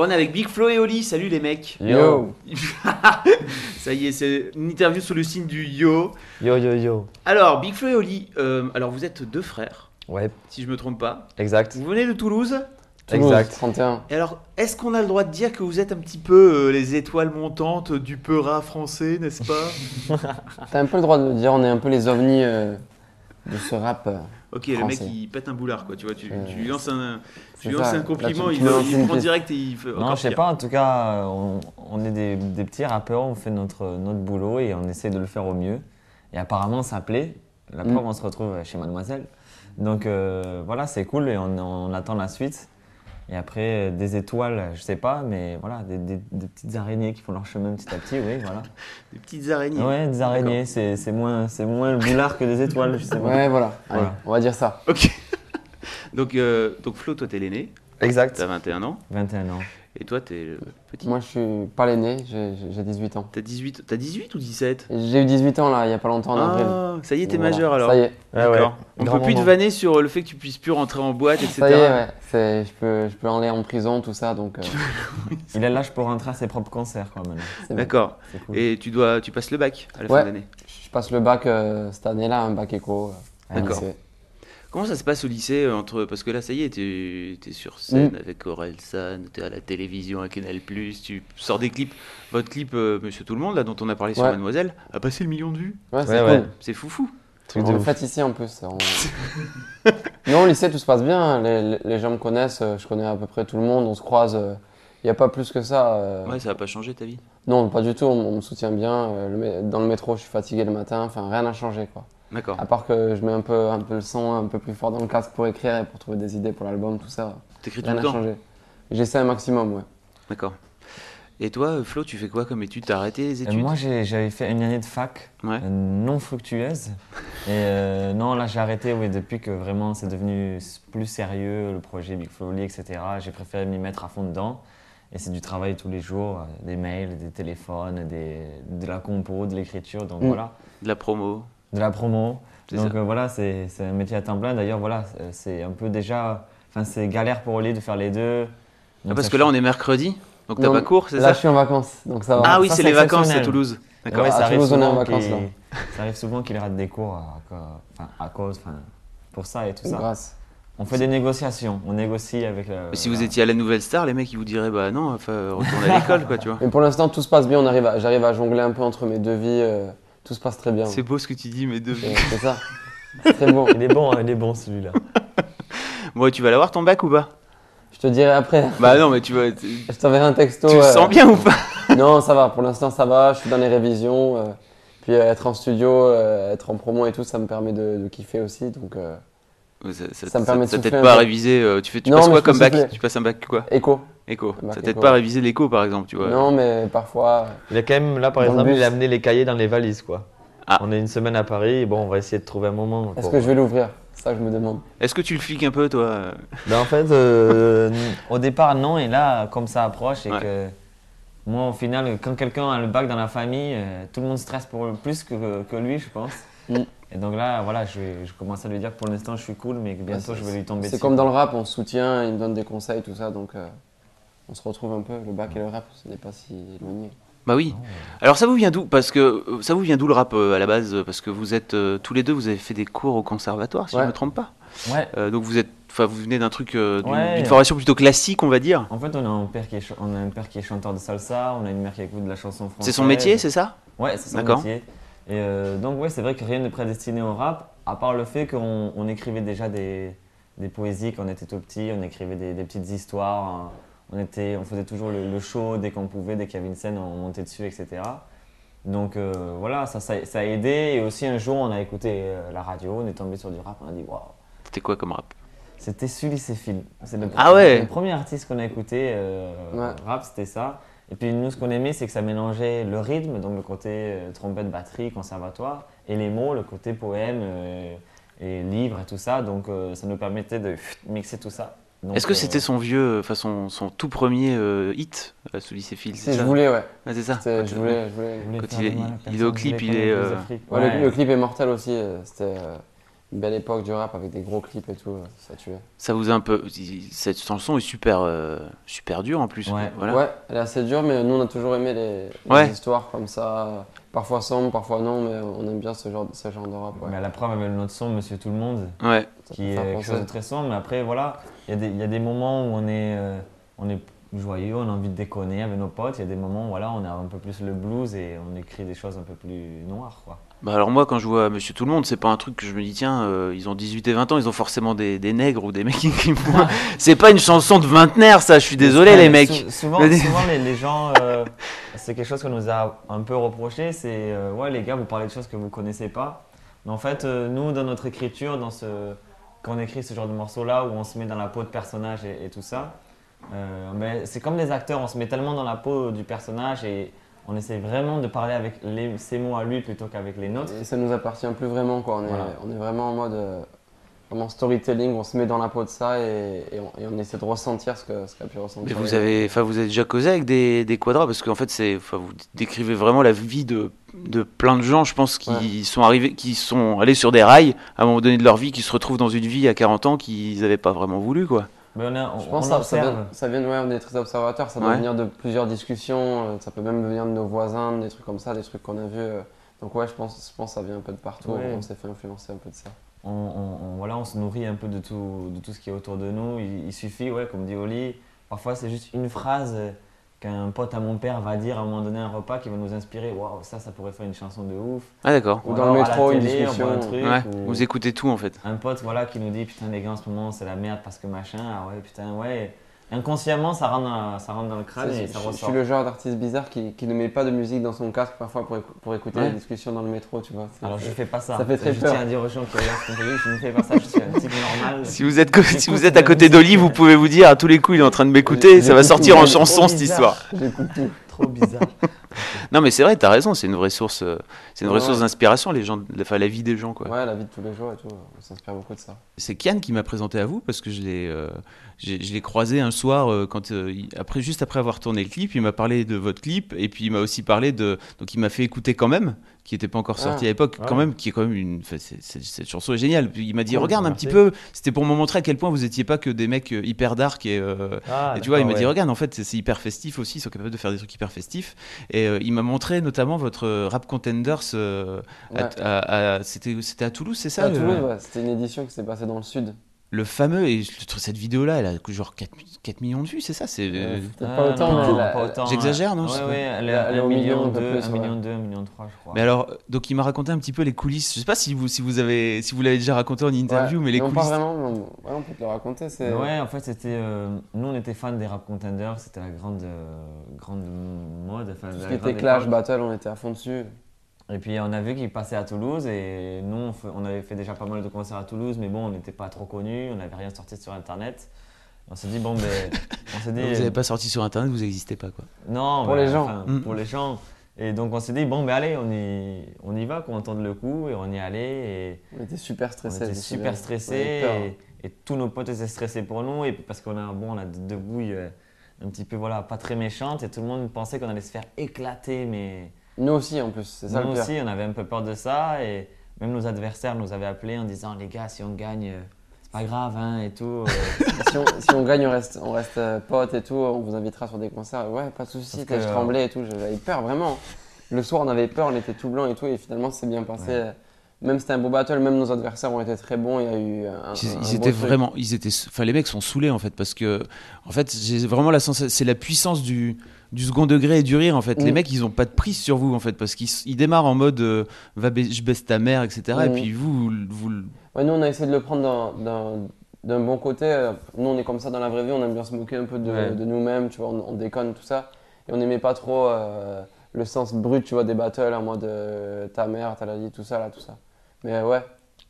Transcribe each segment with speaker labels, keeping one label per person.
Speaker 1: On est avec Big Flo et Oli, salut les mecs
Speaker 2: Yo.
Speaker 1: Ça y est, c'est une interview sous le signe du yo.
Speaker 2: Yo yo yo.
Speaker 1: Alors, Big Flo et Oli, euh, alors vous êtes deux frères,
Speaker 2: Ouais,
Speaker 1: si je me trompe pas.
Speaker 2: exact.
Speaker 1: Vous venez de Toulouse
Speaker 3: Toulouse,
Speaker 2: Exact.
Speaker 3: 31.
Speaker 1: et alors, est-ce qu'on a le droit de dire que vous êtes un petit peu euh, les étoiles montantes du peurat français, n'est-ce pas
Speaker 3: T'as un peu le droit de le dire, on est un peu les ovnis euh, de ce rap. euh.
Speaker 1: Ok, le mec
Speaker 3: Français.
Speaker 1: il pète un boulard quoi, tu vois, tu,
Speaker 3: Euh,
Speaker 1: tu lui lances un, tu
Speaker 3: c'est
Speaker 1: lui lances
Speaker 3: ça.
Speaker 1: un compliment,
Speaker 3: Là, tu-
Speaker 1: il,
Speaker 3: tu me lances
Speaker 1: il
Speaker 3: une
Speaker 1: prend
Speaker 3: pièce.
Speaker 1: direct et il fait
Speaker 4: Non,
Speaker 1: encore
Speaker 4: je sais
Speaker 1: pire.
Speaker 4: pas, en tout cas, euh, on, on est des, des petits rappeurs, on fait notre, notre boulot et on essaie de le faire au mieux. Et apparemment, ça plaît. La
Speaker 3: Mm.
Speaker 4: preuve, on se retrouve chez Mademoiselle. Donc euh, voilà, c'est cool et on, on attend la suite. Et après, euh, des étoiles, je sais pas, mais voilà, des, des- des petites araignées qui font leur chemin petit à petit, oui, voilà.
Speaker 1: Des petites
Speaker 3: Mm.
Speaker 1: araignées.
Speaker 4: Ouais, des araignées, c'est c'est moins, c'est moins le boulard que des étoiles, je sais pas.
Speaker 3: Ouais, voilà. Allez,
Speaker 4: Voilà.
Speaker 3: on va dire ça.
Speaker 1: Ok. donc, euh, donc Flo, toi t'es l'aîné,
Speaker 2: Exact.
Speaker 1: t'as 21 ans,
Speaker 4: 21 ans.
Speaker 1: et toi t'es le petit.
Speaker 3: Moi, je suis pas l'aîné, j'ai j'ai- j'ai 18 ans.
Speaker 1: T'as 18, t'as 18 ou 17
Speaker 3: Et J'ai eu 18 ans là, il y a pas longtemps en avril.
Speaker 1: Ah, ça y est, t'es
Speaker 3: Voilà.
Speaker 1: majeur alors.
Speaker 3: Ça y est,
Speaker 4: Ah ouais.
Speaker 1: D'accord. On
Speaker 2: Grand
Speaker 1: peut plus te
Speaker 2: moment.
Speaker 1: vanner sur le fait que tu puisses plus rentrer en boîte, etc.
Speaker 3: ça y est, ouais. C'est- Je peux, je peux aller en prison, tout ça, donc. euh,
Speaker 4: Il a l'âge pour rentrer à ses propres concerts, quoi, maintenant.
Speaker 3: c'est bon.
Speaker 1: D'accord.
Speaker 4: C'est cool.
Speaker 1: Et tu dois, tu passes le bac à la
Speaker 3: Ouais.
Speaker 1: fin de l'année.
Speaker 3: Je passe le bac euh, cette année-là, un bac éco. euh,
Speaker 4: D'accord.
Speaker 3: c'est-
Speaker 1: Comment ça se passe au lycée euh, entre parce que là ça y est t'es es sur scène
Speaker 3: Mm.
Speaker 1: avec Aurel San t'es à la télévision avec Canal tu sors des clips votre clip euh, Monsieur Tout le Monde là dont on a parlé sur
Speaker 3: Ouais.
Speaker 1: Mademoiselle a passé le million de vues
Speaker 3: Ouais,
Speaker 2: Ouais,
Speaker 3: c'est cool.
Speaker 2: ouais.
Speaker 1: c'est foufou
Speaker 2: Truc
Speaker 3: on
Speaker 2: de
Speaker 3: le
Speaker 2: ouf.
Speaker 3: fait ici en plus. on- non, au lycée, tout se passe bien. hein. Les, les- les gens me connaissent, euh, je connais à peu près tout le monde, on se croise. Il n'y a pas plus que ça. euh,
Speaker 1: ouais ça a pas changé ta vie
Speaker 3: Non, pas du tout, on, on me soutient bien. euh, le mé- dans le métro, je suis fatigué le matin, enfin rien n'a changé quoi.
Speaker 1: d'accord
Speaker 3: À part que je mets un peu, un peu le son un peu plus fort dans le casque pour écrire et pour trouver des idées pour l'album, tout ça.
Speaker 1: t'écris tout
Speaker 3: Rien
Speaker 1: le
Speaker 3: n'a
Speaker 1: temps
Speaker 3: changé. J'essaie un maximum, ouais.
Speaker 1: d'accord et toi euh, Flo tu fais quoi comme études t'as arrêté les
Speaker 4: Euh,
Speaker 1: études
Speaker 4: moi, j'ai- j'avais fait une année de fac
Speaker 1: ouais
Speaker 4: euh, non fructueuse. Et euh, non, là, j'ai arrêté oui, depuis que vraiment c'est devenu s- plus sérieux, le projet Big Folly, etc. J'ai préféré m'y mettre à fond dedans. Et c'est du travail tous les jours, euh, des mails, des téléphones, des, de la compo, de l'écriture, donc
Speaker 3: Mm.
Speaker 4: voilà,
Speaker 1: de la promo
Speaker 4: de la promo.
Speaker 1: C'est
Speaker 4: Donc
Speaker 1: ça.
Speaker 4: euh, voilà, c'est c'est un métier à temps plein. D'ailleurs, voilà, c'est- c'est un peu déjà. Enfin, c'est galère pour Oli de faire les deux.
Speaker 1: Ah, parce que là on est mercredi donc t'as
Speaker 3: Non,
Speaker 1: pas cours c'est
Speaker 3: Là,
Speaker 1: ça
Speaker 3: je suis en vacances, donc ça va.
Speaker 1: ah oui
Speaker 4: ça,
Speaker 1: c'est
Speaker 4: c'est
Speaker 1: les vacances à
Speaker 4: exceptionnel.
Speaker 1: Toulouse d'accord
Speaker 4: Ouais,
Speaker 3: à
Speaker 4: ça, arrive
Speaker 3: Toulouse, on est en
Speaker 4: souvent
Speaker 3: vacances,
Speaker 4: qu'il-
Speaker 3: là.
Speaker 4: ça arrive souvent qu'il rate des cours à, co- enfin, à cause, enfin, pour ça et tout ça.
Speaker 3: Grâce.
Speaker 4: On fait des négociations, on négocie avec la.
Speaker 1: Mais si vous
Speaker 4: la-
Speaker 1: étiez à la Nouvelle Star les mecs ils vous diraient bah non enfin, euh, retourne à l'école quoi tu vois
Speaker 3: Mais pour l'instant, tout se passe bien, on arrive à- j'arrive à jongler un peu entre mes deux vies, euh, tout se passe très bien.
Speaker 1: c'est beau ce que tu dis mais de
Speaker 3: C'est c'est ça. C'est très bon.
Speaker 4: Il est bon, hein, il est bon celui-là.
Speaker 1: Bon, tu vas l'avoir ton bac ou pas
Speaker 3: Je te dirai après.
Speaker 1: Bah non, mais tu vas. Tu,
Speaker 3: Je t'enverrai un texto.
Speaker 1: tu le
Speaker 3: euh,
Speaker 1: sens bien ou pas
Speaker 3: Non, ça va. Pour l'instant, ça va. Je suis dans les révisions. euh, puis euh, être en studio, euh, être en promo et tout, ça me permet de, de kiffer aussi. Donc, euh,
Speaker 1: Ça, ça-
Speaker 3: Ça me
Speaker 1: ça-
Speaker 3: permet de
Speaker 1: ça
Speaker 3: souffler
Speaker 1: t'aide
Speaker 3: un
Speaker 1: pas à
Speaker 3: peu.
Speaker 1: réviser. euh, tu fais, tu
Speaker 3: Non,
Speaker 1: passes
Speaker 3: mais
Speaker 1: quoi
Speaker 3: je
Speaker 1: comme
Speaker 3: peux
Speaker 1: bac
Speaker 3: souffler.
Speaker 1: Tu passes un bac quoi
Speaker 3: écho.
Speaker 1: Éco.
Speaker 3: Bac
Speaker 1: Ça t'aide
Speaker 3: éco.
Speaker 1: pas à réviser l'éco par exemple, tu vois.
Speaker 3: Non, mais parfois.
Speaker 2: Il a quand même là par
Speaker 3: Dans le
Speaker 2: exemple,
Speaker 3: bus.
Speaker 2: il a amené les cahiers dans les valises quoi.
Speaker 1: Ah.
Speaker 2: On est une semaine à Paris, bon, on va essayer de trouver un moment.
Speaker 3: Est-ce
Speaker 2: pour-
Speaker 3: que je vais l'ouvrir C'est ça que je me demande.
Speaker 1: Est-ce que tu le fliques un peu toi
Speaker 2: Ben, en fait, euh,
Speaker 4: Au départ, non, et là, comme ça approche et
Speaker 1: Ouais.
Speaker 4: que. Moi, au final, quand quelqu'un a le bac dans la famille, euh, tout le monde stresse pour plus que, que lui, je pense.
Speaker 3: Mm.
Speaker 4: Et donc là, voilà, je, je commence à lui dire que pour l'instant, je suis cool, mais que bientôt, je vais lui tomber
Speaker 3: C'est
Speaker 4: dessus.
Speaker 3: comme dans le rap, on se soutient, il me donne des conseils, tout ça. Donc, euh, on se retrouve un peu. Le bac et le rap, ce n'est pas si éloigné.
Speaker 1: Bah oui. Alors ça vous vient d'où Parce que euh, ça vous vient d'où le rap euh, à la base euh, Parce que vous êtes euh, tous les deux, vous avez fait des cours au conservatoire, si je
Speaker 3: Ouais.
Speaker 1: ne me trompe pas.
Speaker 4: Ouais,
Speaker 1: Euh, donc vous êtes, enfin vous venez d'un truc, euh, d'une
Speaker 4: Ouais.
Speaker 1: d'une formation plutôt classique, on va dire.
Speaker 4: En fait, on a un père qui est, cha- on a un père qui est chanteur de salsa, on a une mère qui écoute de la chanson française.
Speaker 1: C'est son métier, c'est ça
Speaker 4: Ouais, c'est son
Speaker 1: D'accord.
Speaker 4: métier. Et euh, donc, ouais, c'est vrai que rien n'est prédestiné au rap, à part le fait qu'on on écrivait déjà des, des poésies quand on était tout petit, on écrivait des, des petites histoires, hein. on, était, on faisait toujours le, le show dès qu'on pouvait, dès qu'il y avait une scène, on montait dessus, etc. Donc euh, voilà, ça, ça, ça a aidé. Et aussi, un jour, on a écouté euh, la radio, on est tombé sur du rap, on a dit waouh.
Speaker 1: C'était quoi comme rap
Speaker 4: C'était Sully Céphile. C'est le,
Speaker 5: Ah ouais
Speaker 4: le premier artiste qu'on a écouté euh,
Speaker 3: Ouais.
Speaker 4: rap, c'était ça. Et puis nous, ce qu'on aimait, c'est que ça mélangeait le rythme, donc le côté euh, trompette, batterie, conservatoire, et les mots, le côté poème euh, et livre et tout ça. Donc euh, ça nous permettait de pff, mixer tout ça. Donc,
Speaker 5: Est-ce que
Speaker 4: euh,
Speaker 5: c'était son vieux, enfin son, son tout premier euh, hit, euh, celui c'est Phil
Speaker 3: Si
Speaker 5: C'est
Speaker 3: je
Speaker 5: ça
Speaker 3: voulais, ouais.
Speaker 5: Ouais, c'est
Speaker 1: Ah,
Speaker 5: ça.
Speaker 3: C'est- Je voulais, je voulais.
Speaker 4: je voulais
Speaker 5: quand
Speaker 4: faire
Speaker 5: il est-
Speaker 4: du mal à
Speaker 5: il-
Speaker 4: personne,
Speaker 5: il est
Speaker 4: je
Speaker 5: au
Speaker 4: voulais
Speaker 5: clip, il
Speaker 4: prendre
Speaker 5: est,
Speaker 4: plus de
Speaker 5: euh,
Speaker 4: fric.
Speaker 3: Ouais, le-
Speaker 4: Ouais.
Speaker 3: le, clip est mortel aussi. euh, C'était euh, une belle époque du rap avec des gros clips et tout. euh, Ça tuait.
Speaker 5: Ça vous a un peu. Cette chanson est super, euh, super dure en plus.
Speaker 4: Ouais.
Speaker 5: Voilà.
Speaker 3: Ouais, elle est assez dure, mais nous on a toujours aimé les, les
Speaker 5: Ouais.
Speaker 3: histoires comme ça. euh, Parfois sombres, parfois non, mais on aime bien ce genre, ce genre de rap. Ouais.
Speaker 4: Bah, la preuve avec notre son, Monsieur Tout le Monde,
Speaker 5: Ouais.
Speaker 3: Ça
Speaker 4: qui
Speaker 3: peut
Speaker 4: est
Speaker 3: faire
Speaker 4: quelque
Speaker 3: penser.
Speaker 4: chose de très sombre. Mais après, voilà, il y, a des- il y a des moments où on est, euh, on est joyeux, on a envie de déconner avec nos potes. Il y a des moments où voilà, on a un peu plus le blues et on écrit des choses un peu plus noires. Quoi.
Speaker 5: Bah alors moi quand je vois Monsieur Tout le Monde, c'est pas un truc que je me dis tiens, euh, ils ont 18 et 20 ans, ils ont forcément des, des nègres ou des mecs qui qui- c'est pas une chanson de vingtenaire ça, je suis désolé
Speaker 4: Ouais,
Speaker 5: les
Speaker 4: mais
Speaker 5: mecs.
Speaker 4: sou- souvent,
Speaker 5: Mais-
Speaker 4: souvent, les, les gens, euh, c'est quelque chose qu'on nous a un peu reproché, c'est euh, ouais les gars, vous parlez de choses que vous connaissez pas. Mais en fait, euh, nous, dans notre écriture, dans ce, quand on écrit ce genre de morceau-là, où on se met dans la peau de personnage et, et tout ça, euh, mais c'est comme des acteurs, on se met tellement dans la peau du personnage et on essaie vraiment de parler avec les- ses mots à lui plutôt qu'avec les nôtres.
Speaker 3: Et ça nous appartient plus vraiment, quoi. On est,
Speaker 4: Voilà.
Speaker 3: on est vraiment en mode euh, vraiment storytelling, on se met dans la peau de ça et, et on, et on essaie de ressentir ce qu'a ce qu'a pu ressentir.
Speaker 5: Mais
Speaker 3: les
Speaker 5: vous
Speaker 3: gens.
Speaker 5: avez, enfin vous avez déjà causé avec des, des quadras parce qu'en fait c'est, enfin vous décrivez vraiment la vie de, de plein de gens, je pense qui sont arrivés, qui sont allés sur des rails à un moment donné de leur vie, qui se retrouvent dans une vie à 40 ans qu'ils n'avaient pas vraiment voulu quoi.
Speaker 4: Mais on, a- on-
Speaker 3: Je pense
Speaker 4: on
Speaker 3: que ça, ça
Speaker 4: observe.
Speaker 3: vient, ça vient ouais, on est très observateurs, ça
Speaker 5: Ouais.
Speaker 3: doit venir de plusieurs discussions, euh, ça peut même venir de nos voisins, des trucs comme ça, des trucs qu'on a vus. euh. Donc ouais, je pense, je pense que ça vient un peu de partout,
Speaker 4: Ouais.
Speaker 3: on s'est fait influencer un peu de ça.
Speaker 4: on, on- on- voilà, on se nourrit un peu de tout, de tout ce qui est autour de nous. Il, il suffit, ouais, comme dit Oli, parfois c'est juste une phrase euh, qu'un pote à mon père va dire à un moment donné à un repas qui va nous inspirer. Waouh, ça, ça pourrait faire une chanson de ouf.
Speaker 5: Ah d'accord.
Speaker 3: Ou dans le
Speaker 4: alors à la
Speaker 3: métro, une
Speaker 4: télé, on voit un
Speaker 3: discussion.
Speaker 4: truc,
Speaker 5: Ouais.
Speaker 4: ou-
Speaker 5: Vous écoutez tout en fait.
Speaker 4: un pote voilà, qui nous dit Putain, les gars, en ce moment, c'est la merde parce que machin. Ah ouais, putain, ouais. Inconsciemment, ça rentre dans, la- ça rentre dans le crâne
Speaker 3: Ça,
Speaker 4: et
Speaker 3: je-
Speaker 4: ça
Speaker 3: je, je
Speaker 4: ressort.
Speaker 3: suis le genre d'artiste bizarre qui, qui ne met pas de musique dans son casque parfois pour, écou- pour écouter
Speaker 5: Ouais.
Speaker 3: les discussions dans le métro, tu vois. C'est-
Speaker 4: Alors, je fais pas ça.
Speaker 3: Ça fait très
Speaker 4: je
Speaker 3: peur.
Speaker 4: tiens à dire aux gens qui regardent ce contenu, je ne fais pas ça. Je suis un type normal.
Speaker 5: Si vous êtes, co- si vous
Speaker 4: Écoute,
Speaker 5: êtes à
Speaker 4: la
Speaker 5: côté d'Oli,
Speaker 4: musique.
Speaker 5: vous pouvez vous dire à tous les coups il est en train de m'écouter, ça va
Speaker 3: J'écoute
Speaker 5: sortir
Speaker 3: tout,
Speaker 5: en
Speaker 3: j'aime trop
Speaker 5: chanson cette
Speaker 4: bizarre.
Speaker 5: histoire.
Speaker 3: J'écoute tout.
Speaker 4: Trop bizarre.
Speaker 5: Non, mais c'est vrai, t'as raison, c'est une vraie source, euh, c'est une vraie
Speaker 3: Ouais.
Speaker 5: source d'inspiration, les gens, enfin la vie des gens, quoi.
Speaker 3: Ouais, la vie de tous les jours et tout, on s'inspire beaucoup de ça.
Speaker 1: C'est Kian qui m'a présenté à vous parce que je l'ai, euh, j'ai- je l'ai croisé un soir euh, quand euh, il- après juste après avoir tourné le clip, il m'a parlé de votre clip et puis il m'a aussi parlé de donc il m'a fait écouter quand même qui n'était pas encore
Speaker 3: Ah.
Speaker 1: sorti à l'époque
Speaker 4: Ah
Speaker 1: quand
Speaker 4: ouais.
Speaker 1: même qui est quand même une enfin, c'est- c'est- cette chanson est géniale. Puis il m'a dit
Speaker 4: Cool,
Speaker 1: regarde un
Speaker 4: merci.
Speaker 1: petit peu, c'était pour me montrer à quel point vous étiez pas que des mecs euh, hyper dark et euh,
Speaker 3: Ah,
Speaker 1: et tu vois, il m'a dit regarde, en fait, c'est- c'est hyper festif aussi. Ils sont capables de faire des trucs hyper festifs. Et euh, il m'a montré notamment votre euh, rap contenders. euh, à-
Speaker 3: Ouais.
Speaker 1: à- à- c'était c'était à Toulouse, c'est ça euh,
Speaker 3: À
Speaker 1: le-
Speaker 4: euh,
Speaker 3: Toulouse, ouais, c'était une édition qui s'est passée dans le sud.
Speaker 1: Le fameux et je trouve cette vidéo là, elle a genre 4, 4 millions de vues, c'est ça C'est
Speaker 3: Euh, Peut-être
Speaker 4: Ah,
Speaker 3: pas autant,
Speaker 4: non,
Speaker 3: mais
Speaker 4: non,
Speaker 3: la-
Speaker 4: pas autant,
Speaker 1: J'exagère,
Speaker 4: ouais.
Speaker 1: non, je sais
Speaker 4: Ouais,
Speaker 1: pas.
Speaker 4: ouais, elle est
Speaker 3: Elle est
Speaker 4: à
Speaker 3: au
Speaker 4: 1
Speaker 3: million,
Speaker 4: million
Speaker 3: un peu
Speaker 4: 2,
Speaker 3: plus,
Speaker 4: 1
Speaker 3: ouais.
Speaker 4: million 2, 1 million 3, je crois.
Speaker 1: Mais alors, donc il m'a raconté un petit peu les coulisses. Je sais pas si vous si vous avez si vous l'avez déjà raconté en interview,
Speaker 3: Ouais,
Speaker 1: mais les
Speaker 3: non,
Speaker 1: coulisses.
Speaker 3: pas vraiment, mais on, ouais, on peut te le raconter. C'est...
Speaker 4: Ouais, en fait, c'était. euh, nous, on était fans des rap contenders, c'était la grande, euh, grande mode. enfin,
Speaker 3: Tout ce
Speaker 4: la
Speaker 3: qui était
Speaker 4: grande
Speaker 3: clash, bah.
Speaker 4: époque.
Speaker 3: battle, on était à fond dessus.
Speaker 4: Et puis, on a vu qu'ils passaient à Toulouse, et nous, on, fait- on avait fait déjà pas mal de concerts à Toulouse, mais bon, on n'était pas trop connus, on n'avait rien sorti sur internet. On s'est dit, bon, ben. on s'est dit.
Speaker 1: Vous n'avez pas sorti sur internet, vous n'existez pas quoi.
Speaker 4: Non,
Speaker 3: Pour
Speaker 4: bah,
Speaker 3: les gens.
Speaker 4: enfin,
Speaker 1: Mm.
Speaker 4: Pour les gens. Et donc, on s'est dit, bon, ben allez, on y, on y va, qu'on tente le coup, et on y est allé. Et...
Speaker 3: On était super stressés.
Speaker 4: On était
Speaker 3: je me souviens. On
Speaker 4: super
Speaker 3: avait peur. hein.
Speaker 4: stressés et, et tous nos potes étaient stressés pour nous et parce qu'on a bon on a deux bouilles euh, un petit peu voilà pas très méchantes et tout le monde pensait qu'on allait se faire éclater mais
Speaker 3: Nous aussi, en plus, c'est ça
Speaker 4: nous
Speaker 3: le pire.
Speaker 4: aussi on avait un peu peur de ça et même nos adversaires nous avaient appelés en disant les gars si on gagne euh, c'est pas grave hein et tout euh,
Speaker 3: si, on, si on gagne, on reste, on reste euh, potes et tout, on vous invitera sur des concerts. Ouais, pas de soucis,
Speaker 4: Parce que-
Speaker 3: je
Speaker 1: euh,
Speaker 3: tremblais et tout, j'avais peur, vraiment. Le soir, on avait peur, on était tout blanc et tout, et finalement, c'est bien passé. Même c'était un beau battle, même nos adversaires ont été très bons, il y a eu euh, un.
Speaker 1: Ils,
Speaker 3: un
Speaker 1: ils
Speaker 3: bon
Speaker 1: étaient
Speaker 3: truc.
Speaker 1: vraiment, ils étaient, enfin les mecs sont saoulés en fait parce que, en fait, j'ai vraiment la sensation, c'est la puissance du, du second degré et du rire en fait. Les
Speaker 3: Mm.
Speaker 1: mecs, ils ont pas de prise sur vous en fait parce qu'ils s- ils démarrent en mode, euh, va ba- je baisse ta mère, etc. Et
Speaker 3: Mm.
Speaker 1: puis vous, vous,
Speaker 3: Ouais, nous, on a essayé de le prendre d'un- d'un- d'un bon côté. Euh, Nous, on est comme ça dans la vraie vie, on aime bien se moquer un peu de,
Speaker 4: Ouais.
Speaker 3: de nous-mêmes, tu vois, on, on déconne, tout ça. Et on n'aimait pas trop euh, le sens brut, tu vois, des battles en mode euh, ta mère, t'as la vie, tout ça, là, tout ça. Mais ouais,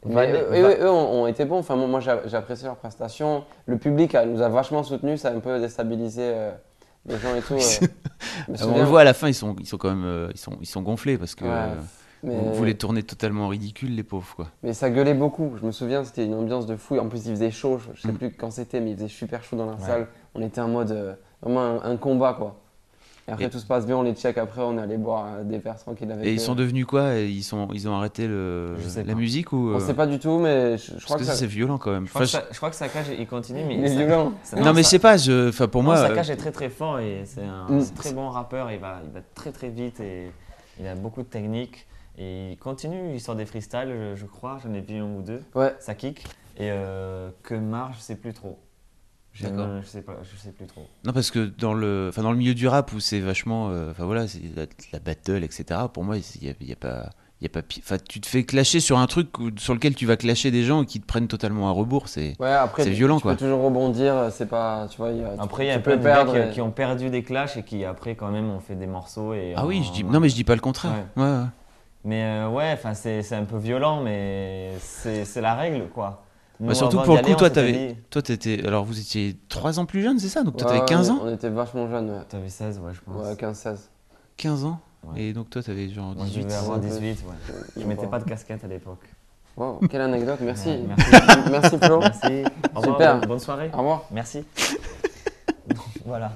Speaker 3: Mais eux, eux, eux, eux ont, ont été bons. Enfin, moi, moi, j'ai j'ai apprécié leur prestation. Le public a- nous a vachement soutenus. Ça a un peu déstabilisé euh, les gens et tout. euh. Je me
Speaker 1: Ah, on
Speaker 3: souviens.
Speaker 1: le voit à la fin, ils sont, ils sont quand même, euh, ils sont, ils sont gonflés parce que
Speaker 3: Ouais.
Speaker 1: euh,
Speaker 3: Mais,
Speaker 1: vous vous les tournez totalement ridicules, les pauvres quoi.
Speaker 3: mais ça gueulait beaucoup. Je me souviens, c'était une ambiance de fou. En plus, il faisait chaud. Je- Je sais
Speaker 1: Mm.
Speaker 3: plus quand c'était, mais il faisait super chaud dans la salle. On était en mode euh, vraiment un, un combat, quoi. Et après,
Speaker 1: Et-
Speaker 3: tout se passe bien. On les check. Après, on allait boire euh, des verres tranquilles avec
Speaker 1: Et
Speaker 3: eux.
Speaker 1: ils sont devenus quoi Et ils, sont, ils ont arrêté le,
Speaker 4: Je sais
Speaker 1: la
Speaker 4: pas.
Speaker 1: musique ou
Speaker 3: On
Speaker 1: euh,
Speaker 3: sait pas du tout, mais je, je
Speaker 1: Parce
Speaker 3: crois
Speaker 1: que,
Speaker 3: que,
Speaker 1: ça,
Speaker 3: ça.
Speaker 1: c'est violent quand même.
Speaker 4: Je crois, que
Speaker 1: Enfin,
Speaker 4: Sa- je crois que Sakage, il continue, mais.
Speaker 3: Il est
Speaker 4: Sa-
Speaker 3: violent.
Speaker 4: Sa-
Speaker 1: je- Non, mais je
Speaker 4: Sa-
Speaker 1: sais pas. Je, enfin, pour
Speaker 4: non,
Speaker 1: moi,
Speaker 4: Sakage
Speaker 1: euh,
Speaker 4: est très très fort et c'est un
Speaker 3: Mm.
Speaker 4: c'est un très bon rappeur. Il va, il va très très vite et il a beaucoup de technique. Et il continue, il sort des freestyles, je, je crois. J'en ai vu un ou deux.
Speaker 3: Ouais.
Speaker 4: Ça kick. Et euh, que marche, je sais plus trop. Je,
Speaker 1: D'accord.
Speaker 4: je sais pas, je sais plus trop.
Speaker 1: non parce que dans le, enfin, dans le milieu du rap où c'est vachement, euh, enfin voilà, c'est la, la battle, etc. Pour moi, il y a, il y a pas, il y a pas, pi- enfin, tu te fais clasher sur un truc où- sur lequel tu vas clasher des gens qui te prennent totalement à rebours. C'est,
Speaker 3: Ouais, après,
Speaker 1: C'est
Speaker 3: tu-
Speaker 1: violent,
Speaker 3: tu
Speaker 1: quoi.
Speaker 3: peux toujours rebondir. euh, C'est pas. Tu vois, il y a- tu-
Speaker 4: Après, il y
Speaker 3: tu
Speaker 4: a
Speaker 3: peux
Speaker 4: plein de gars
Speaker 3: perdre.
Speaker 4: qui,
Speaker 3: et-
Speaker 4: qui ont perdu des clashs et qui après quand même ont fait des morceaux. Et
Speaker 1: ah oui,
Speaker 4: on-
Speaker 1: je dis, non mais je dis pas le contraire. Ouais, ouais.
Speaker 4: Mais euh, ouais, enfin c'est c'est un peu violent, mais c'est c'est la règle quoi. Nous,
Speaker 1: Bah, surtout
Speaker 4: avant
Speaker 1: pour
Speaker 4: d'y
Speaker 1: le coup, toi,
Speaker 4: aller, on s'était
Speaker 1: t'avais,
Speaker 4: dit-
Speaker 1: toi, t'étais, alors vous étiez 3 ans plus jeune, c'est ça Donc toi,
Speaker 3: Ouais,
Speaker 1: t'avais
Speaker 3: ouais,
Speaker 1: 15
Speaker 3: on-
Speaker 1: ans
Speaker 3: On était vachement jeunes, ouais.
Speaker 4: T'avais 16, ouais, je pense.
Speaker 3: Ouais, 15-16.
Speaker 1: 15 ans
Speaker 4: Ouais.
Speaker 1: Et donc toi, t'avais genre
Speaker 4: Moi, je
Speaker 1: 18.
Speaker 4: devais avoir
Speaker 3: un peu-
Speaker 4: 18, ouais. Je mettais pas de casquette à l'époque.
Speaker 3: Wow, quelle anecdote, merci.
Speaker 4: Ouais,
Speaker 3: merci.
Speaker 4: merci.
Speaker 3: Flo.
Speaker 4: Merci. Au revoir,
Speaker 3: Super.
Speaker 4: bonne- Bonne soirée.
Speaker 3: Au revoir.
Speaker 4: Merci. voilà.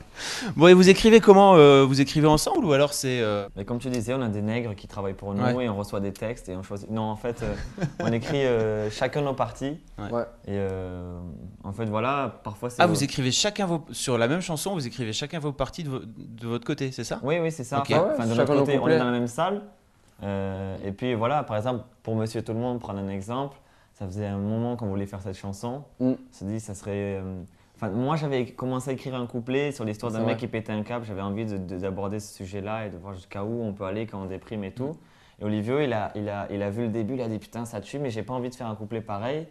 Speaker 1: Bon, et vous écrivez comment euh, Vous écrivez ensemble ou alors c'est... euh,
Speaker 4: Mais comme tu disais, on a des nègres qui travaillent pour nous
Speaker 1: Ouais.
Speaker 4: et on reçoit des textes et on choisit. Non, en fait, euh, on écrit euh, chacun nos parties.
Speaker 1: Ouais.
Speaker 3: Ouais.
Speaker 4: Et euh, en fait, voilà, parfois c'est.
Speaker 1: Ah, vous écrivez chacun vos... Sur la même chanson, vous écrivez chacun vos parties de, vo- de votre côté, c'est ça
Speaker 4: Oui, oui, c'est ça.
Speaker 1: Ok.
Speaker 4: Enfin,
Speaker 3: Ah ouais,
Speaker 4: enfin, de
Speaker 3: chacun
Speaker 4: notre
Speaker 3: nos
Speaker 4: côté, on
Speaker 3: couplets.
Speaker 4: est dans la même salle. Euh, et puis voilà, par exemple, pour Monsieur Tout le Monde, prendre un exemple, ça faisait un moment qu'on voulait faire cette chanson.
Speaker 3: Mm.
Speaker 4: On s'est dit, ça serait. euh, Enfin, moi, j'avais commencé à écrire un couplet sur l'histoire d'un
Speaker 3: C'est
Speaker 4: mec
Speaker 3: vrai.
Speaker 4: qui pétait un câble. J'avais envie de- de- d'aborder ce sujet-là et de voir jusqu'à où on peut aller quand on déprime et tout. Et Olivio, il a, il, a, il a vu le début, il a dit putain, ça tue, mais j'ai pas envie de faire un couplet pareil.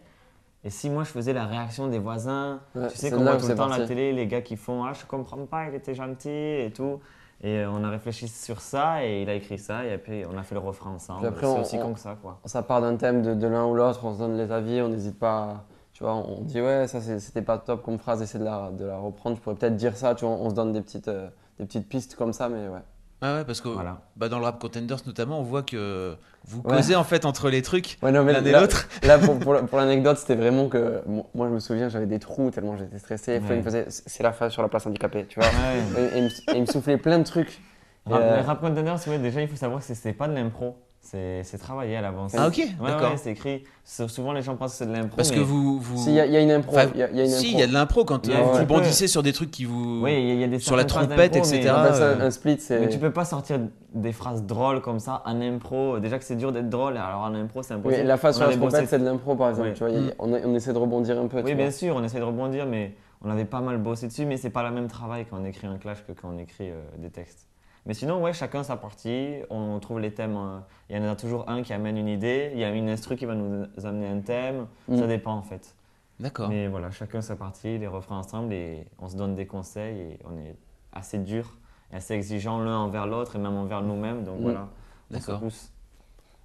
Speaker 4: Et si moi je faisais la réaction des voisins,
Speaker 3: Ouais,
Speaker 4: tu
Speaker 3: c'est
Speaker 4: sais qu'on
Speaker 3: là
Speaker 4: voit
Speaker 3: où
Speaker 4: tout
Speaker 3: c'est
Speaker 4: le temps à la
Speaker 3: parti.
Speaker 4: télé, les gars qui font Ah, je comprends pas, il était gentil et tout. Et euh, on a réfléchi sur ça et il a écrit ça et puis on a fait le refrain ensemble.
Speaker 3: Puis après,
Speaker 4: C'est
Speaker 3: on-
Speaker 4: aussi
Speaker 3: on-
Speaker 4: con que ça quoi.
Speaker 3: Ça part d'un thème de, de l'un ou l'autre, on se donne les avis, on n'hésite pas. à- Tu vois, on dit ouais, ça c'est- c'était pas top comme phrase, essaie de la, de la reprendre. Je pourrais peut-être dire ça, tu vois, on se donne des petites, euh, des petites pistes comme ça, mais ouais.
Speaker 1: Ah ouais, parce
Speaker 3: Euh.
Speaker 1: que
Speaker 4: Voilà.
Speaker 1: bah, dans le rap Contenders notamment, on voit que vous
Speaker 3: Ouais.
Speaker 1: causez en fait entre les trucs.
Speaker 3: Ouais, non, mais
Speaker 1: L'un et
Speaker 3: là-
Speaker 1: l'autre.
Speaker 3: Là, pour, pour la- pour l'anecdote, c'était vraiment que. mo- Moi, je me souviens, j'avais des trous tellement j'étais stressé. Flo,
Speaker 4: Ouais.
Speaker 3: il me faisait. C'est la phase sur la place handicapée, tu vois.
Speaker 4: Ouais.
Speaker 3: Et, et il me- et il me soufflait plein de trucs. Et,
Speaker 4: Rap,
Speaker 3: euh,
Speaker 4: mais Rap Contenders, ouais, déjà il faut savoir que c'est- c'est pas de l'impro, c'est c'est travaillé à l'avance.
Speaker 1: Ah ok,
Speaker 4: Ouais,
Speaker 1: d'accord.
Speaker 4: ouais, c'est écrit. Sou- Souvent les gens pensent que c'est de l'impro.
Speaker 1: Parce que
Speaker 4: mais-
Speaker 1: vous... vous...
Speaker 3: Si, il y, a- il y a une impro.
Speaker 1: Enfin,
Speaker 3: il y a- il y a une
Speaker 1: si, il
Speaker 3: impro.
Speaker 1: y a de l'impro quand
Speaker 4: Il y a
Speaker 1: euh,
Speaker 4: un
Speaker 1: vous
Speaker 4: petit peu.
Speaker 1: bondissez sur des trucs qui vous...
Speaker 4: Oui, il y a- il y a des
Speaker 1: Sur la
Speaker 4: certaines phrases
Speaker 1: trompette,
Speaker 4: d'impro, mais-
Speaker 1: etc.
Speaker 3: On appelle ça
Speaker 1: euh,
Speaker 3: un split, c'est.
Speaker 4: Mais tu peux pas sortir des phrases drôles comme ça en impro. Déjà que c'est dur d'être drôle, alors en impro c'est impossible.
Speaker 3: Oui, la phase
Speaker 4: On
Speaker 3: sur la
Speaker 4: avait bossé-
Speaker 3: trompette, c'est de l'impro par exemple.
Speaker 4: Oui.
Speaker 3: Tu vois, il y a- on, on essaie de rebondir un peu. tu
Speaker 4: Oui,
Speaker 3: vois.
Speaker 4: bien sûr, on essaie de rebondir, mais on avait pas mal bossé dessus, mais c'est pas le même travail quand on écrit un clash que quand on écrit euh, des textes. Mais sinon, ouais, chacun sa partie, on trouve les thèmes. euh, Il y en a toujours un qui amène une idée, il y a une instru qui va nous amener un thème,
Speaker 3: Mm.
Speaker 4: ça dépend en fait.
Speaker 1: D'accord.
Speaker 4: Mais voilà, chacun sa partie, les refrains ensemble et on se donne des conseils et on est assez dur, et assez exigeant l'un envers l'autre et même envers nous-mêmes, donc
Speaker 3: Mm.
Speaker 4: voilà, on se
Speaker 1: D'accord.
Speaker 4: pousse.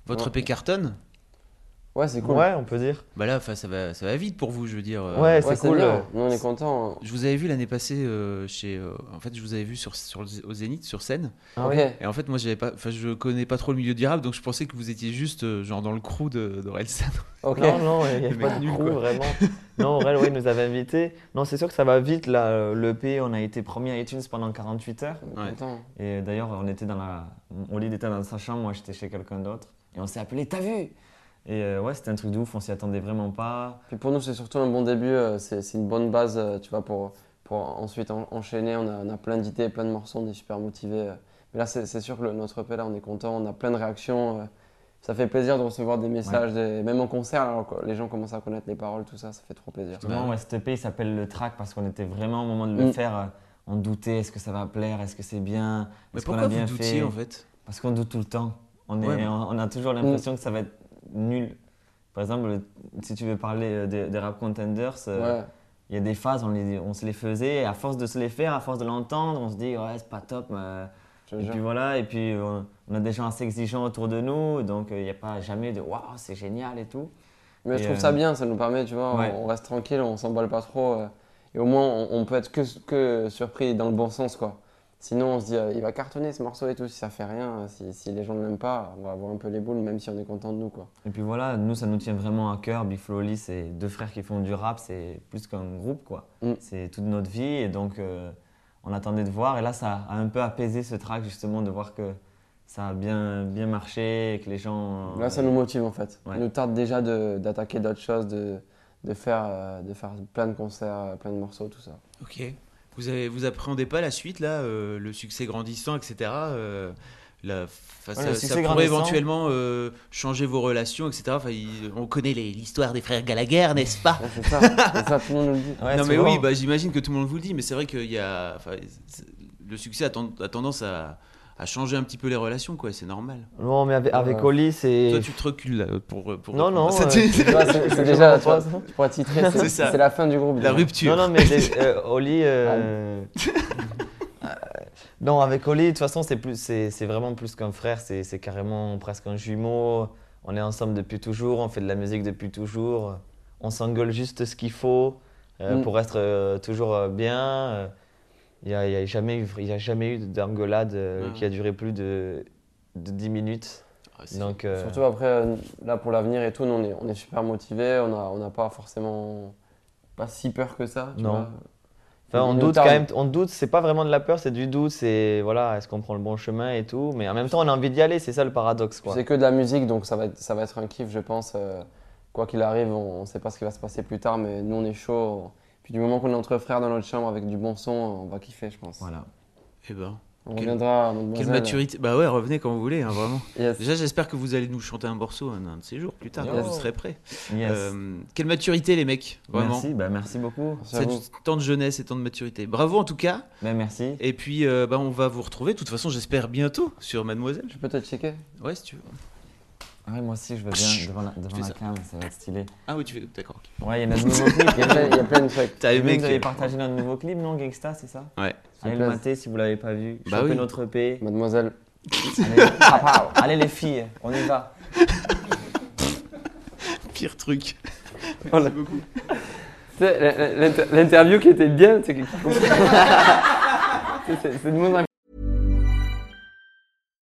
Speaker 1: Votre EP cartonne
Speaker 3: Ouais, c'est cool.
Speaker 2: Ouais, on peut dire.
Speaker 1: Bah là, enfin, ça va, ça va vite pour vous, je veux dire. euh,
Speaker 2: Ouais,
Speaker 3: Ouais,
Speaker 2: c'est cool.
Speaker 3: bien. Nous, on est contents. hein.
Speaker 1: Je vous avais vu l'année passée euh, chez. euh, en fait, je vous avais vu sur, sur, le- au Zénith, sur scène.
Speaker 2: Ah
Speaker 3: ok.
Speaker 1: Et en fait, moi, j'avais pas. Enfin, je connais pas trop le milieu du rap, donc je pensais que vous étiez juste euh, genre dans le crew de d'Orelsan.
Speaker 3: Ok.
Speaker 2: Non, non, il n'y
Speaker 1: Les
Speaker 2: a
Speaker 1: mecs
Speaker 2: pas de
Speaker 1: nuls,
Speaker 2: crew,
Speaker 1: quoi.
Speaker 2: vraiment. Non, Aurel, oui, nous avait invités. Non, c'est sûr que ça va vite, là. euh, Le
Speaker 4: L'EP, on a été premier à iTunes pendant 48 heures.
Speaker 3: On est contents.
Speaker 4: Et d'ailleurs, on était dans la. Oli était dans sa chambre, moi j'étais chez quelqu'un d'autre. Et on s'est appelé, t'as vu Et euh, ouais, c'était un truc de ouf, on s'y attendait vraiment pas.
Speaker 3: Puis pour nous, c'est surtout un bon début. euh, C'est c'est une bonne base, euh, tu vois, pour, pour ensuite en- enchaîner. On a, on a plein d'idées, plein de morceaux, on est super motivés. euh. Mais là, c'est c'est sûr que le- notre EP, là, on est content. On a plein de réactions. euh. Ça fait plaisir de recevoir des messages, des- même en concert, alors que les gens commencent à connaître les paroles, tout ça, ça fait trop plaisir.
Speaker 4: Justement,
Speaker 1: Ouais.
Speaker 4: ouais, cet EP il s'appelle Le Track parce qu'on était vraiment au moment de le
Speaker 3: Mm.
Speaker 4: faire. euh, On doutait, est-ce que ça va plaire, est-ce que c'est bien
Speaker 1: Mais
Speaker 4: est-ce qu'on
Speaker 1: pourquoi
Speaker 4: a bien
Speaker 1: vous doutiez
Speaker 4: fait
Speaker 1: en fait
Speaker 4: Parce qu'on doute tout le temps. On, est-
Speaker 1: Ouais, mais-
Speaker 4: on on a toujours l'impression que ça va être nul. Par exemple, si tu veux parler euh, des des rap contenders, euh,
Speaker 3: Ouais.
Speaker 4: Il y a des phases, on, les- on se les faisait, et à force de se les faire, à force de l'entendre, on se dit, ouais, c'est pas top. mais-
Speaker 3: je te
Speaker 4: Et
Speaker 3: jure.
Speaker 4: puis voilà, et puis euh, on, on a des gens assez exigeants autour de nous, donc euh, il n'y a pas jamais de, waouh, c'est génial et tout.
Speaker 3: Mais je
Speaker 4: Et,
Speaker 3: trouve
Speaker 4: euh,
Speaker 3: ça bien, ça nous permet, tu vois,
Speaker 4: ouais.
Speaker 3: on reste tranquille, on s'emballe pas trop. euh, et au moins, on, on peut être que, que surpris dans le bon sens, quoi. Sinon, on se dit, euh, il va cartonner ce morceau et tout, si ça fait rien, euh, si, si les gens ne l'aiment pas, on va avoir un peu les boules, même si on est content de nous, quoi.
Speaker 4: Et puis voilà, nous, ça nous tient vraiment à cœur. Big Flo et Oli, c'est deux frères qui font du rap, c'est plus qu'un groupe, quoi.
Speaker 3: Mm.
Speaker 4: C'est toute notre vie, et donc euh, on attendait de voir. Et là, ça a un peu apaisé ce track, justement, de voir que ça a bien, bien marché, et que les gens.
Speaker 3: Là, ça nous motive, en fait.
Speaker 4: Ouais.
Speaker 3: Il nous tarde déjà de- d'attaquer d'autres choses, de, de, faire, euh, de faire plein de concerts, euh, plein de morceaux, tout ça.
Speaker 1: Ok. Vous, avez, vous appréhendez pas la suite, là, euh, le succès grandissant, etc. euh, la, enfin,
Speaker 4: Ouais,
Speaker 1: ça,
Speaker 4: le
Speaker 1: ça
Speaker 4: succès
Speaker 1: pourrait
Speaker 4: grandissant.
Speaker 1: éventuellement euh, changer vos relations, etc. Enfin, il- on connaît les- l'histoire des frères Gallagher, n'est-ce pas
Speaker 3: Ouais, c'est ça, c'est ça, tout le monde nous le dit.
Speaker 4: Ouais,
Speaker 1: Non, mais
Speaker 4: souvent.
Speaker 1: oui, bah, j'imagine que tout le monde vous le dit, mais c'est vrai que le succès a, ten- a tendance à, à changer un petit peu les relations, quoi, c'est normal.
Speaker 2: Non, mais avec, avec
Speaker 3: Ouais.
Speaker 2: Oli, c'est.
Speaker 1: Toi, tu te recules là, pour, pour.
Speaker 2: Non, non,
Speaker 1: Ça,
Speaker 2: euh,
Speaker 1: t'es-
Speaker 3: Tu vois, c'est c'est
Speaker 2: Je
Speaker 3: déjà, tu,
Speaker 2: comprends pas
Speaker 3: vois,
Speaker 2: ça.
Speaker 3: tu pourras titrer,
Speaker 1: C'est
Speaker 3: c'est
Speaker 1: ça.
Speaker 3: c'est la fin du groupe.
Speaker 1: la
Speaker 3: déjà.
Speaker 1: rupture.
Speaker 2: Non, non, mais des- euh, Oli. euh, euh, non, avec Oli, de toute façon, c'est plus- c'est c'est vraiment plus qu'un frère, c'est c'est carrément presque un jumeau. On est ensemble depuis toujours, on fait de la musique depuis toujours. On s'engueule juste ce qu'il faut euh,
Speaker 3: Mm.
Speaker 2: pour être euh, toujours euh, bien. Il n'y a, y a jamais eu- y a jamais eu d'engueulade euh,
Speaker 1: Ah.
Speaker 2: qui a duré plus de, de 10 minutes.
Speaker 1: Ah, c'est-
Speaker 2: Donc, euh,
Speaker 3: Surtout après, euh, là pour l'avenir et tout, nous, on est, on est super motivés, on n'a on n'a pas forcément pas si peur que ça. tu
Speaker 2: Non.
Speaker 3: vois.
Speaker 2: Enfin, on
Speaker 3: Une
Speaker 2: doute quand
Speaker 3: tarde.
Speaker 2: même, on doute, c'est pas vraiment de la peur, c'est du doute, c'est voilà, est-ce qu'on prend le bon chemin et tout, mais en même temps on a envie d'y aller, c'est ça le paradoxe
Speaker 3: Puis
Speaker 2: quoi.
Speaker 3: C'est que de la musique, donc ça va être, ça va être un kiff, je pense. euh, quoi qu'il arrive, on ne sait pas ce qui va se passer plus tard, mais nous on est chaud. on- Puis du moment qu'on est entre frères dans notre chambre avec du bon son, on va kiffer, je pense.
Speaker 4: Voilà.
Speaker 1: Eh ben,
Speaker 3: On
Speaker 1: Quelle-
Speaker 3: reviendra à notre
Speaker 1: quelle maturité. Bah ouais, revenez quand vous voulez, hein, vraiment.
Speaker 3: Yes.
Speaker 1: Déjà, j'espère que vous allez nous chanter un morceau un, un de ces jours plus tard, quand
Speaker 3: Yes.
Speaker 1: vous serez prêts.
Speaker 4: Yes.
Speaker 1: Euh, quelle maturité, les mecs, vraiment.
Speaker 4: Merci, bah, merci beaucoup.
Speaker 3: Merci à
Speaker 1: C'est
Speaker 3: vous.
Speaker 1: tant de jeunesse et tant de maturité. Bravo en tout cas.
Speaker 4: Bah, merci.
Speaker 1: Et puis, euh, bah, on va vous retrouver, de toute façon, j'espère bientôt sur Mademoiselle.
Speaker 3: Je peux te checker
Speaker 1: Ouais, si tu veux.
Speaker 4: Ouais, Ah, moi aussi, je veux bien devant la, devant
Speaker 1: fais
Speaker 4: la
Speaker 1: ça.
Speaker 4: cam, ça va être stylé.
Speaker 1: Ah oui, tu fais. D'accord. ok.
Speaker 4: Ouais, il y en a de nouveaux clips.
Speaker 3: Il y a plein- il y a plein de trucs.
Speaker 1: T'as
Speaker 4: J'ai vu
Speaker 1: aimé
Speaker 4: que Vous avez
Speaker 1: que-
Speaker 4: partagé notre nouveau clip, non, Gangsta, c'est ça
Speaker 1: Ouais.
Speaker 4: Allez
Speaker 3: S'il
Speaker 4: le
Speaker 3: plaît.
Speaker 4: mater si vous l'avez pas vu.
Speaker 1: Bah
Speaker 4: Chopez
Speaker 1: oui.
Speaker 4: notre EP.
Speaker 3: Mademoiselle.
Speaker 4: Allez, pow, pow. Allez, les filles, on y va.
Speaker 1: Pire truc.
Speaker 3: Tu sais, l'in- l'in- l'inter- L'interview qui était bien, c'est que- C'est- c'est- c'est de moins en